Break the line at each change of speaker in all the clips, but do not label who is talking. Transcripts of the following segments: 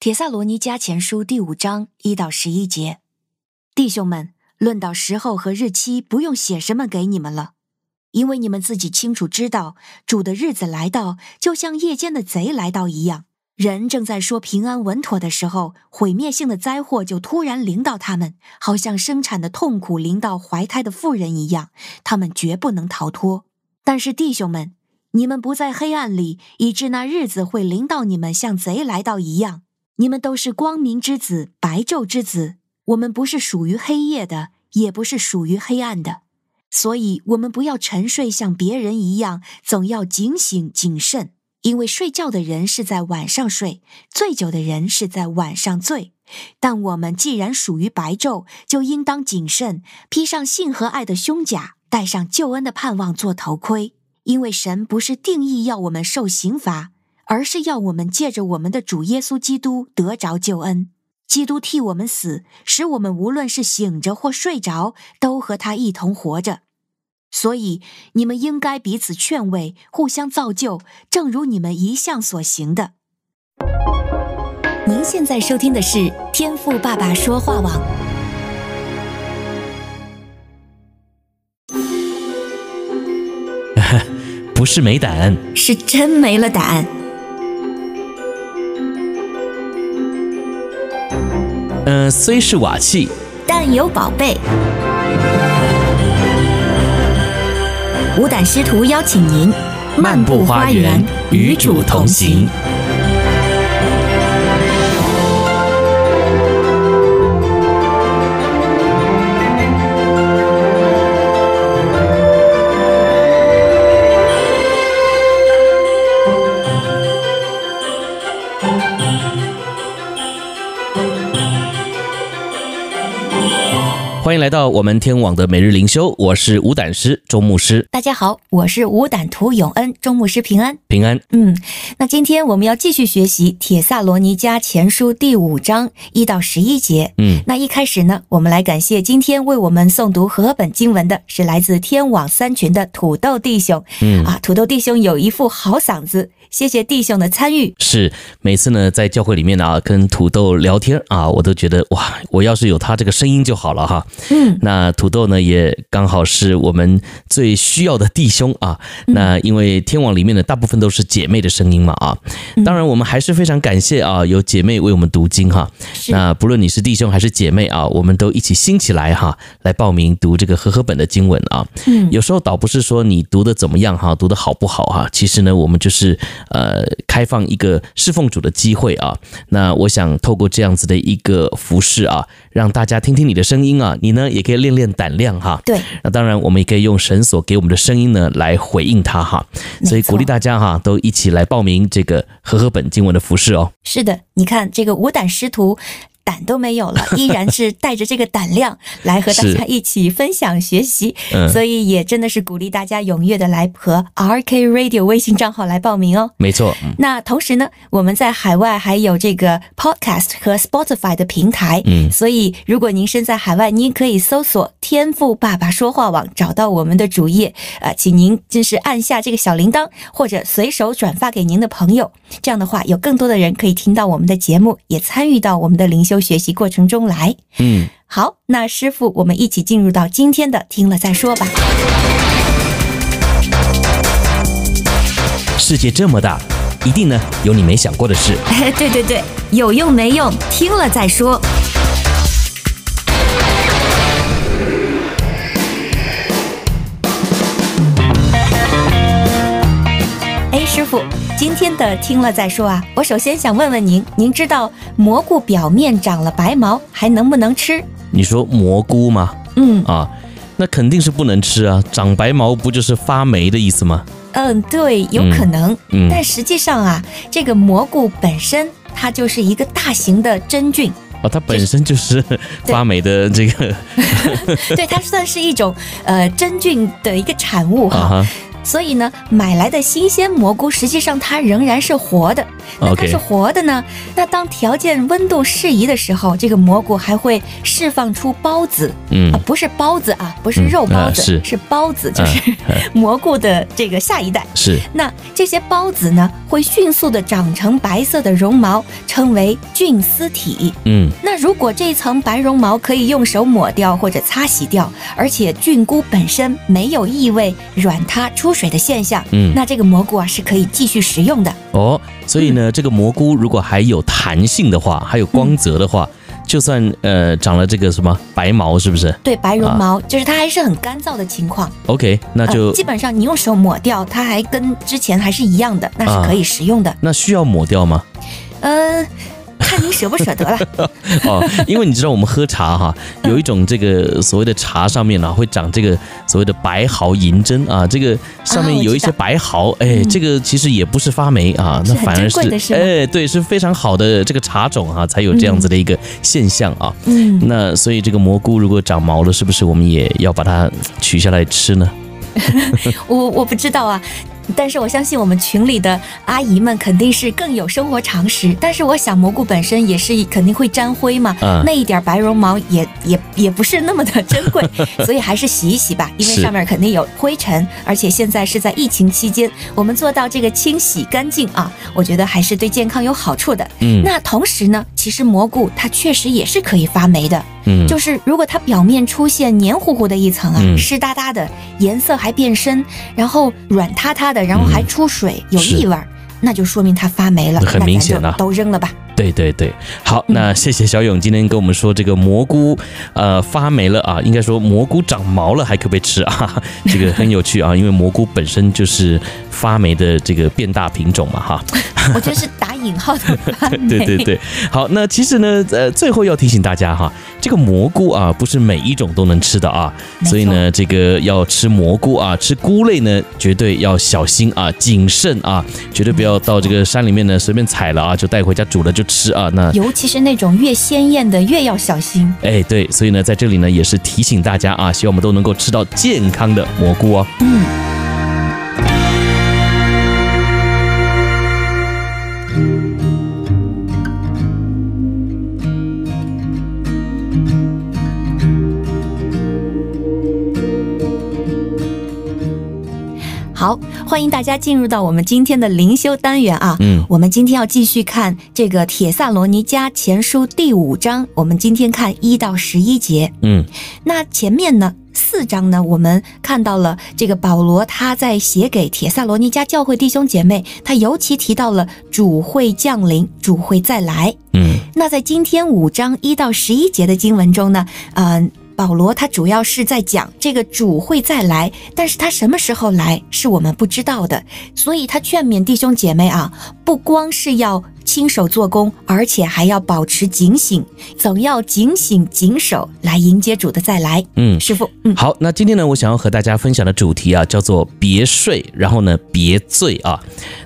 帖萨罗尼迦前书第五章一到十一节，弟兄们，论到时候和日期，不用写什么给你们了，因为你们自己清楚知道，主的日子来到，就像夜间的贼来到一样。人正在说平安稳妥的时候，毁灭性的灾祸就突然临到他们，好像生产的痛苦临到怀胎的妇人一样，他们绝不能逃脱。但是弟兄们，你们不在黑暗里，以致那日子会临到你们像贼来到一样。你们都是光明之子，白昼之子。我们不是属于黑夜的，也不是属于黑暗的，所以我们不要沉睡，像别人一样，总要警醒谨慎。因为睡觉的人是在晚上睡，醉酒的人是在晚上醉。但我们既然属于白昼，就应当谨慎，披上信和爱的胸甲，戴上救恩的盼望做头盔。因为神不是定义要我们受刑罚，而是要我们借着我们的主耶稣基督得着救恩。基督替我们死，使我们无论是醒着或睡着，都和他一同活着。所以，你们应该彼此劝慰，互相造就，正如你们一向所行的。您现在收听的是《天赋爸爸说话网》。
不是没胆，
是真没了胆。
嗯、虽是瓦器，
但有宝贝。无胆师徒邀请您
漫步花园，与主同行。。欢迎来到我们天网的每日灵修，我是无胆师周牧师，
大家好，我是无胆徒永恩，中牧师平安。
平安。
嗯，那今天我们要继续学习《铁萨罗尼迦前书》第五章一到十一节。
嗯，
那一开始呢，我们来感谢今天为我们诵读和合本经文的是来自天网三群的土豆弟兄。
嗯
啊，土豆弟兄有一副好嗓子，谢谢弟兄的参与。
是每次呢在教会里面呢、啊、跟土豆聊天啊，我都觉得哇，我要是有他这个声音就好了哈。
嗯，
那土豆呢，也刚好是我们最需要的弟兄啊。那因为天网里面呢，大部分都是姐妹的声音嘛啊。当然，我们还是非常感谢啊，有姐妹为我们读经哈。
是
那不论你是弟兄还是姐妹啊，我们都一起兴起来哈，来报名读这个和合本的经文啊。
嗯
有时候倒不是说你读的怎么样哈，读的好不好哈，其实呢，我们就是呃开放一个侍奉主的机会啊。那我想透过这样子的一个服饰啊，让大家听听你的声音啊，你呢也可以练练胆量哈。
对，
那当然，我们也可以用神所给我们的声音呢来回应他哈。所以
没错
鼓励大家哈，都一起来报名这个和合本经文的服饰哦。
是的，你看这个无胆师徒。胆都没有了，依然 是带着这个胆量来和大
是
家一起分享学习，
嗯
所以也真的是鼓励大家踊跃的来和 RK Radio 微信账号来报名哦。
没错，嗯
那同时呢，我们在海外还有这个 Podcast 和 Spotify 的平台，
嗯
所以如果您身在海外，您可以搜索“天赋爸爸说话网”，找到我们的主页。呃，请您真是按下这个小铃铛，或者随手转发给您的朋友，这样的话，有更多的人可以听到我们的节目，也参与到我们的灵修学习过程中来。
嗯，
好，那师傅，我们一起进入到今天的听了再说吧。
世界这么大，一定呢有你没想过的事。
对对对，有用没用，听了再说。哎，师傅，今天的听了再说啊，我首先想问问您，您知道蘑菇表面长了白毛还能不能吃？
你说蘑菇吗？
嗯
啊，那肯定是不能吃啊！长白毛不就是发霉的意思吗？
嗯，对，有可能。
嗯
但实际上啊，这个蘑菇本身它就是一个大型的真菌，
啊，它本身就是发霉的这个
对，它算是一种呃真菌的一个产物哈。
啊哈，
所以呢，买来的新鲜蘑菇实际上它仍然是活的。那它
OK
是活的呢那当条件温度适宜的时候，这个蘑菇还会释放出孢子
嗯
啊、不是包子啊，不是
嗯
肉包
啊
子，
是
孢子，就是 蘑菇的这个下一代。
是
那这些孢子呢，会迅速的长成白色的绒毛，称为菌丝体。
嗯
那如果这层白绒毛可以用手抹掉或者擦洗掉，而且菌菇本身没有异味、软塌、出水的现象，
嗯
那这个蘑菇啊是可以继续食用的。
哦，所以
嗯
呢，这个蘑菇如果还有弹性的话，还有光泽的话，
嗯
就算呃长了这个什么白毛，是不是
对，白绒毛、就是它还是很干燥的情况，
？OK，那就、
呃、基本上你用手抹掉，它还跟之前还是一样的，那
啊
是可以食用的。
那需要抹掉吗？
呃，看您舍不舍得 了。
哦，因为你知道我们喝茶哈，
嗯
有一种这个所谓的茶上面呢、会长这个所谓的白毫银针啊，这个上
啊
面
我
有一
啊知
些
道嗯
白毫，哎，这个其实也不是发霉啊，那
是很
反而
珍贵的
是
是吗
哎，对，是非常好的这个茶种啊，才有这样子的一个现象啊。
嗯，
那所以这个蘑菇如果长毛了，是不是我们也要把它取下来吃呢？
我我不知道啊，但是我相信我们群里的阿姨们肯定是更有生活常识。但是我想蘑菇本身也是肯定会沾灰嘛，
嗯
那一点白绒毛也也也不是那么的珍贵，所以还是洗一洗吧，因为
是
上面肯定有灰尘，而且现在是在疫情期间，我们做到这个清洗干净啊，我觉得还是对健康有好处的。
嗯
那同时呢，其实蘑菇它确实也是可以发霉的。
嗯，
就是如果它表面出现黏糊糊的一层啊，
嗯
湿哒哒的，颜色还变深，然后软塌塌的，然后还出水，有
嗯是
异味儿，那就说明它发霉了。
那很
那
明
咱
显
就
啊
都扔 了吧。
对对对，好，
嗯
那谢谢小勇今天跟我们说这个蘑菇，呃，发霉了啊，应该说蘑菇长毛了，还可不可以吃啊？ 这个很有 趣啊，因为蘑菇本身就是发霉的这个变大品种嘛哈。
我觉得是打引号的发霉。
对对对，好，那其实呢，呃，最后要提醒大家哈，这个蘑菇啊，不是每一种都能吃的啊，
没错
所以呢，这个要吃蘑菇啊，吃菇类呢，绝对要小心啊，谨慎啊，绝对不要到这个山里面呢随便采了啊，就带回家煮了就吃啊，那
尤其是那种越鲜艳的越要小心。
哎，对，所以呢，在这里呢也是提醒大家啊，希望我们都能够吃到健康的蘑菇哦。
嗯。好，欢迎大家进入到我们今天的灵修单元啊。
嗯
我们今天要继续看这个《铁萨罗尼迦前书》第五章，我们今天看一到十一节。
嗯，
那前面呢四章呢，我们看到了这个保罗他在写给铁萨罗尼迦教会弟兄姐妹，他尤其提到了主会降临，主会再来。
嗯
那在今天五章一到十一节的经文中呢，嗯、保罗他主要是在讲这个主会再来，但是他什么时候来是我们不知道的，所以他劝勉弟兄姐妹啊，不光是要亲手做工，而且还要保持警醒，总要警醒警守来迎接主的再来。
嗯。
师傅，嗯，
好，那今天呢，我想要和大家分享的主题啊，叫做“别睡”，然后呢，别醉啊。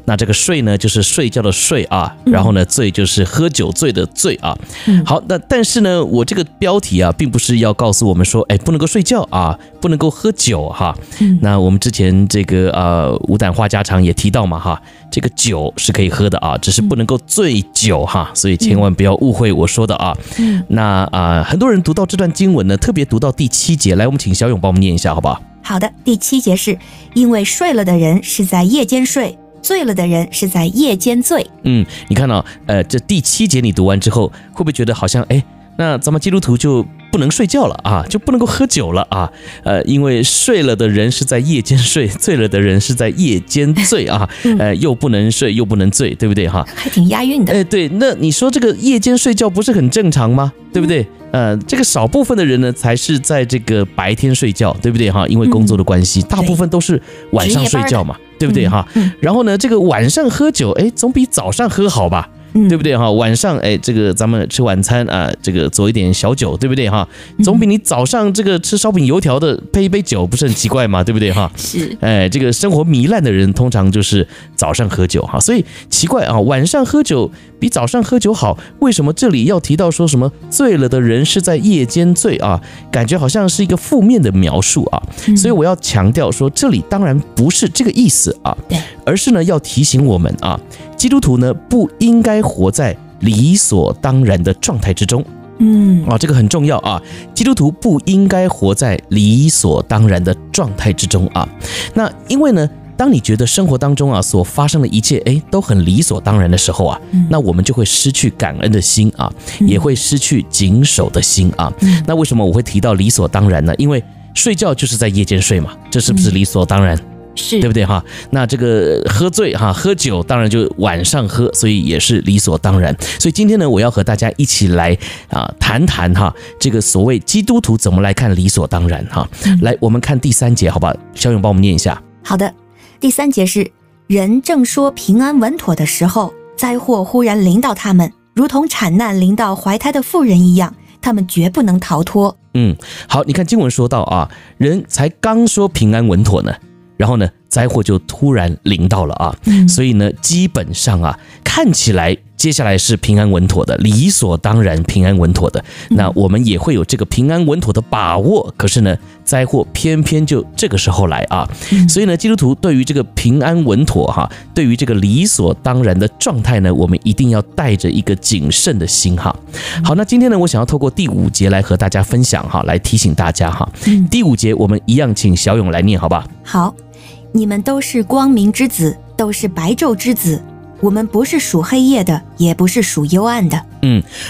那这个“睡”呢，就是睡觉的“睡”啊，然后呢，“醉”就是喝酒醉的“醉”啊。
嗯
好，那但是呢，我这个标题啊，并不是要告诉我们说，哎，不能够睡觉啊，不能够喝酒哈、
嗯
那我们之前这个呃五胆话家常也提到嘛哈，这个酒是可以喝的啊，只是不能够醉酒哈，所以千万不要误会我说的啊。
嗯，
那啊、呃很多人读到这段经文呢，特别读到第七节，来，我们请小勇帮我们念一下，好不好？
好的，第七节是因为睡了的人是在夜间睡，醉了的人是在夜间醉。
嗯，你看到、呃，这第七节你读完之后，会不会觉得好像哎，那咱们基督徒就不能睡觉了啊，就不能够喝酒了啊？呃，因为睡了的人是在夜间睡，醉了的人是在夜间醉啊，呃，又不能睡又不能醉，对不对哈？
还挺押韵的，
哎，对，那你说这个夜间睡觉不是很正常吗？对不对？
嗯
呃，这个少部分的人呢，才是在这个白天睡觉，对不对哈？因为工作的关系，大部分都是晚上睡觉嘛，对不对哈？
嗯
然后呢，这个晚上喝酒，哎，总比早上喝好吧？
嗯
对不对哈？晚上哎，这个咱们吃晚餐啊，这个酌一点小酒，对不对哈？总比你早上这个吃烧饼油条的配一杯酒，不是很奇怪吗？对不对哈？
是
哎，这个生活糜烂的人，通常就是早上喝酒哈，所以奇怪啊，晚上喝酒比早上喝酒好，为什么这里要提到说什么醉了的人是在夜间醉啊？感觉好像是一个负面的描述啊，
嗯
所以我要强调说，这里当然不是这个意思啊
对，
而是呢要提醒我们啊，基督徒呢不应该活在理所当然的状态之中。
嗯
啊，这个很重要啊！基督徒不应该活在理所当然的状态之中啊。那因为呢，当你觉得生活当中啊所发生的一切，哎，都很理所当然的时候啊，
嗯
那我们就会失去感恩的心啊，也会失去谨守的心啊。
嗯
那为什么我会提到理所当然呢？因为睡觉就是在夜间睡嘛，这是不是理所当然？
是
对不对哈？那这个喝醉哈，喝酒当然就晚上喝，所以也是理所当然。所以今天呢，我要和大家一起来啊、谈谈哈，这个所谓基督徒怎么来看理所当然哈。来，我们看第三节，好吧？小勇帮我们念一下。
好的，第三节是人正说平安稳妥的时候，灾祸忽然临到他们，如同产难临到怀胎的妇人一样，他们绝不能逃脱。
嗯，好，你看经文说到啊，人才刚说平安稳妥呢，然后呢，灾祸就突然临到了啊。
嗯
所以呢，基本上啊，看起来接下来是平安稳妥的，理所当然平安稳妥的。
嗯
那我们也会有这个平安稳妥的把握。可是呢，灾祸偏偏就这个时候来啊。
嗯
所以呢，基督徒对于这个平安稳妥哈、对于这个理所当然的状态呢，我们一定要带着一个谨慎的心哈。
嗯
好，那今天呢，我想要透过第五节来和大家分享哈，来提醒大家哈。
嗯
第五节我们一样请小勇来念，好吧？
好，你们都是光明之子，都是白昼之子。我们不是属黑夜的，也不是属幽暗的。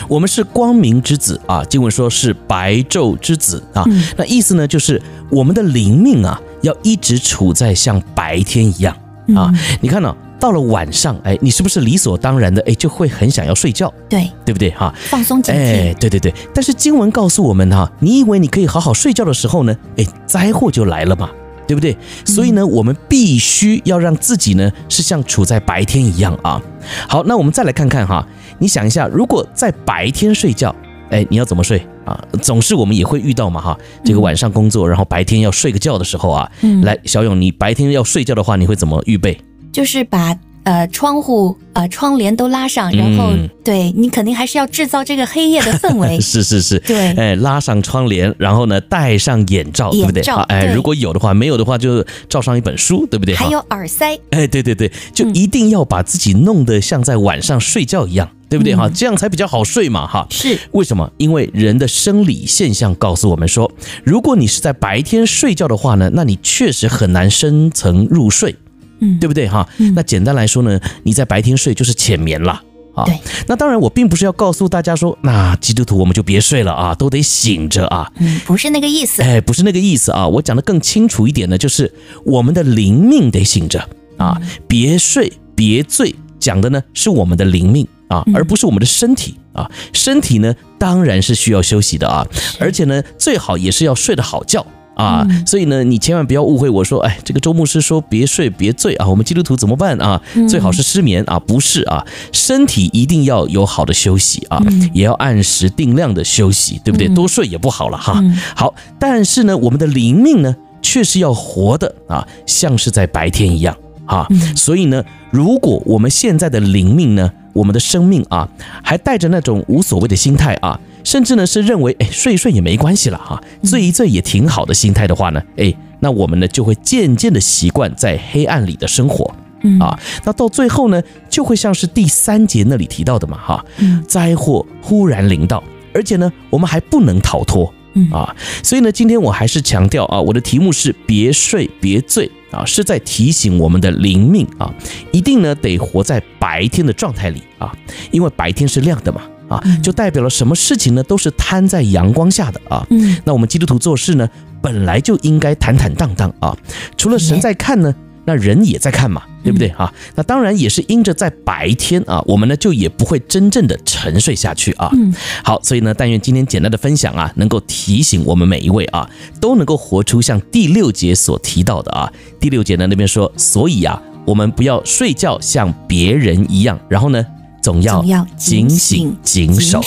我们是光明之子啊，经文说是白昼之子啊，
嗯
那意思呢就是我们的灵命啊，要一直处在像白天一样啊。你看呢、到了晚上，哎，你是不是理所当然的哎就会很想要睡觉，
对，
对不对哈、
放松警
哎
惕。，
对对对，但是经文告诉我们哈、你以为你可以好好睡觉的时候呢，哎，灾祸就来了嘛，对不对？所以呢，我们必须要让自己呢是像处在白天一样啊。好，那我们再来看看哈，你想一下，如果在白天睡觉，哎，你要怎么睡啊？总是我们也会遇到嘛哈，这个晚上工作，然后白天要睡个觉的时候啊，
嗯
来，小勇，你白天要睡觉的话，你会怎么预备？
就是把呃窗户呃窗帘都拉上，然后、
嗯
对你肯定还是要制造这个黑夜的氛围。
是是是，
对
哎，拉上窗帘，然后呢，戴上眼罩，对不对？
眼罩
啊哎，
对
如果有的话，没有的话就罩上一本书，对不对？
还
哈，
有耳塞，
哎，对对对，就
嗯
一定要把自己弄得像在晚上睡觉一样，对不对？哈，
嗯
这样才比较好睡嘛，哈。
是
为什么？因为人的生理现象告诉我们说，如果你是在白天睡觉的话呢，那你确实很难深层入睡，
嗯
对不对哈？
嗯
那简单来说呢，你在白天睡就是浅眠啦。啊
对，
那当然，我并不是要告诉大家说，那基督徒我们就别睡了啊，都得醒着啊。
嗯，不是那个意思。
哎，不是那个意思啊，我讲的更清楚一点呢，就是我们的灵命得醒着啊，别睡别醉，讲的呢是我们的灵命啊，而不是我们的身体啊。身体呢当然是需要休息的啊，而且呢最好也是要睡得好觉。啊，所以呢，你千万不要误会我说，哎，这个周牧师说别睡别醉啊，我们基督徒怎么办啊？
嗯
最好是失眠啊，不是啊，身体一定要有好的休息啊，也要按时定量的休息，对不对？多睡也不好了哈。
嗯
好，但是呢，我们的灵命呢，却是要活的啊，像是在白天一样啊。所以呢，如果我们现在的灵命呢，我们的生命啊，还带着那种无所谓的心态啊，甚至呢是认为哎睡一睡也没关系了哈、醉一醉也挺好的心态的话呢，哎，那我们呢就会渐渐的习惯在黑暗里的生活。
嗯
啊，那到最后呢，就会像是第三节那里提到的嘛，哈、
嗯
灾祸忽然临到，而且呢，我们还不能逃脱，
嗯
啊，所以呢，今天我还是强调啊，我的题目是别睡别醉啊，是在提醒我们的灵命啊，一定呢得活在白天的状态里啊，因为白天是亮的嘛，啊，就代表了什么事情呢，都是摊在阳光下的啊，
嗯
那我们基督徒做事呢，本来就应该坦坦荡荡啊。除了神在看呢，那人也在看嘛，对不对啊？那当然也是因着在白天啊，我们呢就也不会真正的沉睡下去啊。
嗯
好，所以呢，但愿今天简单的分享啊，能够提醒我们每一位啊，都能够活出像第六节所提到的啊。第六节呢那边说，所以啊，我们不要睡觉像别人一样，然后呢。总要
总要
警
醒
醒谨守。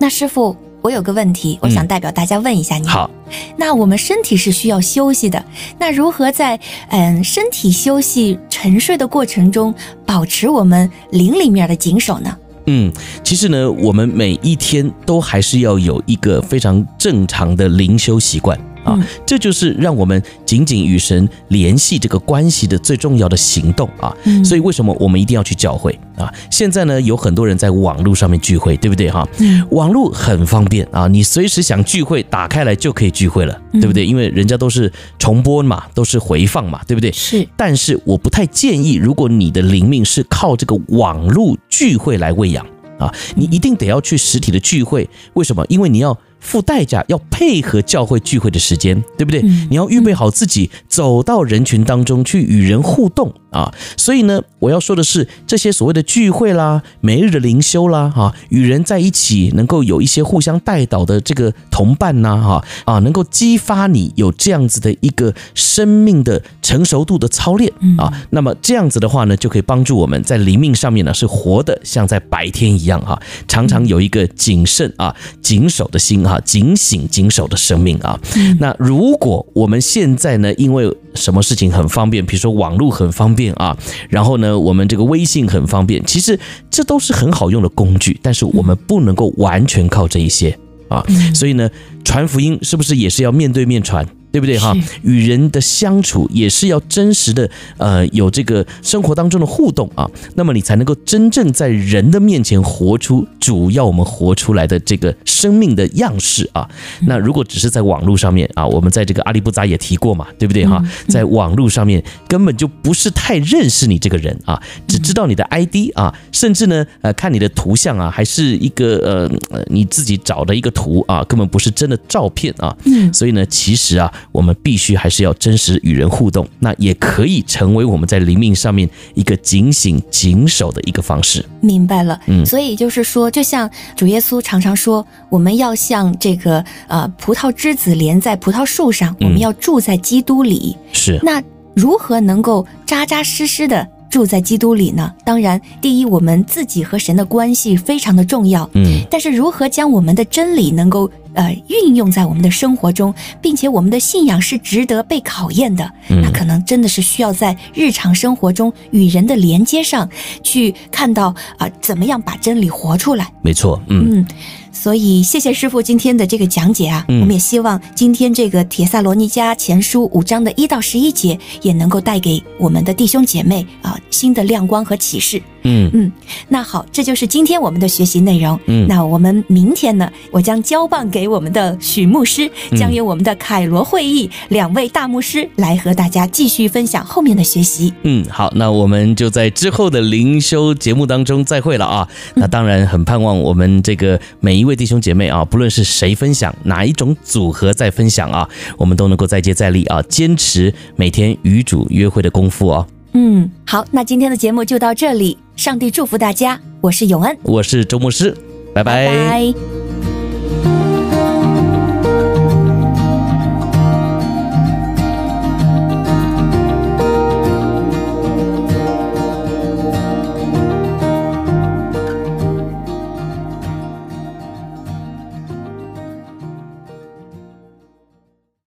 那师傅，我有个问题，我想代表大家问一下你。
嗯好，
那我们身体是需要休息的，那如何在嗯身体休息沉睡的过程中，保持我们灵里面的紧守呢？
嗯，其实呢，我们每一天都还是要有一个非常正常的灵修习惯啊，
嗯
这就是让我们紧紧与神联系这个关系的最重要的行动啊。
嗯
所以为什么我们一定要去教会啊？现在呢，有很多人在网络上面聚会，对不对哈、
嗯
网络很方便啊，你随时想聚会，打开来就可以聚会了，对不对？因为人家都是重播嘛，都是回放嘛，对不对？
是
但是我不太建议，如果你的灵命是靠这个网络聚会来喂养啊，你一定得要去实体的聚会。为什么？因为你要付代价，要配合教会聚会的时间，对不对？
嗯
你要预备好自己，走到人群当中去与人互动啊。所以呢，我要说的是，这些所谓的聚会啦、每日的灵修啦，哈、与人在一起能够有一些互相带导的这个同伴呐、哈啊能够激发你有这样子的一个生命的成熟度的操练啊。那么这样子的话呢，就可以帮助我们在灵命上面呢是活的像在白天一样哈、常常有一个谨慎啊、谨守的心哈、警醒谨守的生命啊。那如果我们现在呢，因为什么事情很方便，比如说网络很方便啊，然后呢，我们这个微信很方便，其实这都是很好用的工具，但是我们不能够完全靠这一些啊。所以呢，传福音是不是也是要面对面传？对不对哈？与人的相处也是要真实的，呃，有这个生活当中的互动啊，那么你才能够真正在人的面前活出主要我们活出来的这个生命的样式啊。那如果只是在网络上面啊，我们在这个阿里不扎也提过嘛，对不对哈？在网络上面根本就不是太认识你这个人啊，只知道你的 ID 啊，甚至呢，呃，看你的图像啊，还是一个呃呃你自己找的一个图啊，根本不是真的照片啊。
嗯
所以呢，其实啊，我们必须还是要真实与人互动，那也可以成为我们在灵命上面一个警醒、谨守的一个方式。
明白了，
嗯
所以就是说，就像主耶稣常常说，我们要像这个呃葡萄枝子连在葡萄树上，我们
嗯
要住在基督里。
是，
那如何能够扎扎实实的住在基督里呢？当然，第一，我们自己和神的关系非常的重要。
嗯，
但是如何将我们的真理能够呃运用在我们的生活中，并且我们的信仰是值得被考验的，
嗯
那可能真的是需要在日常生活中与人的连接上去看到啊、怎么样把真理活出来。
没错，嗯，
嗯，所以谢谢师傅今天的这个讲解啊，
嗯
我们也希望今天这个《铁萨罗尼迦前书》五章的一到十一节，也能够带给我们的弟兄姐妹啊、新的亮光和启示。
嗯，
嗯，那好，这就是今天我们的学习内容。
嗯
那我们明天呢，我将交棒给我们的许牧师，
嗯
将由我们的凯罗会议两位大牧师来和大家继续分享后面的学习。
嗯，好，那我们就在之后的灵修节目当中再会了啊。那当然很盼望我们这个每一位弟兄姐妹啊，不论是谁分享哪一种组合在分享啊，我们都能够再接再厉啊，坚持每天与主约会的功夫哦。
嗯，好，那今天的节目就到这里，上帝祝福大家，我是永恩，
我是周牧师，拜拜
拜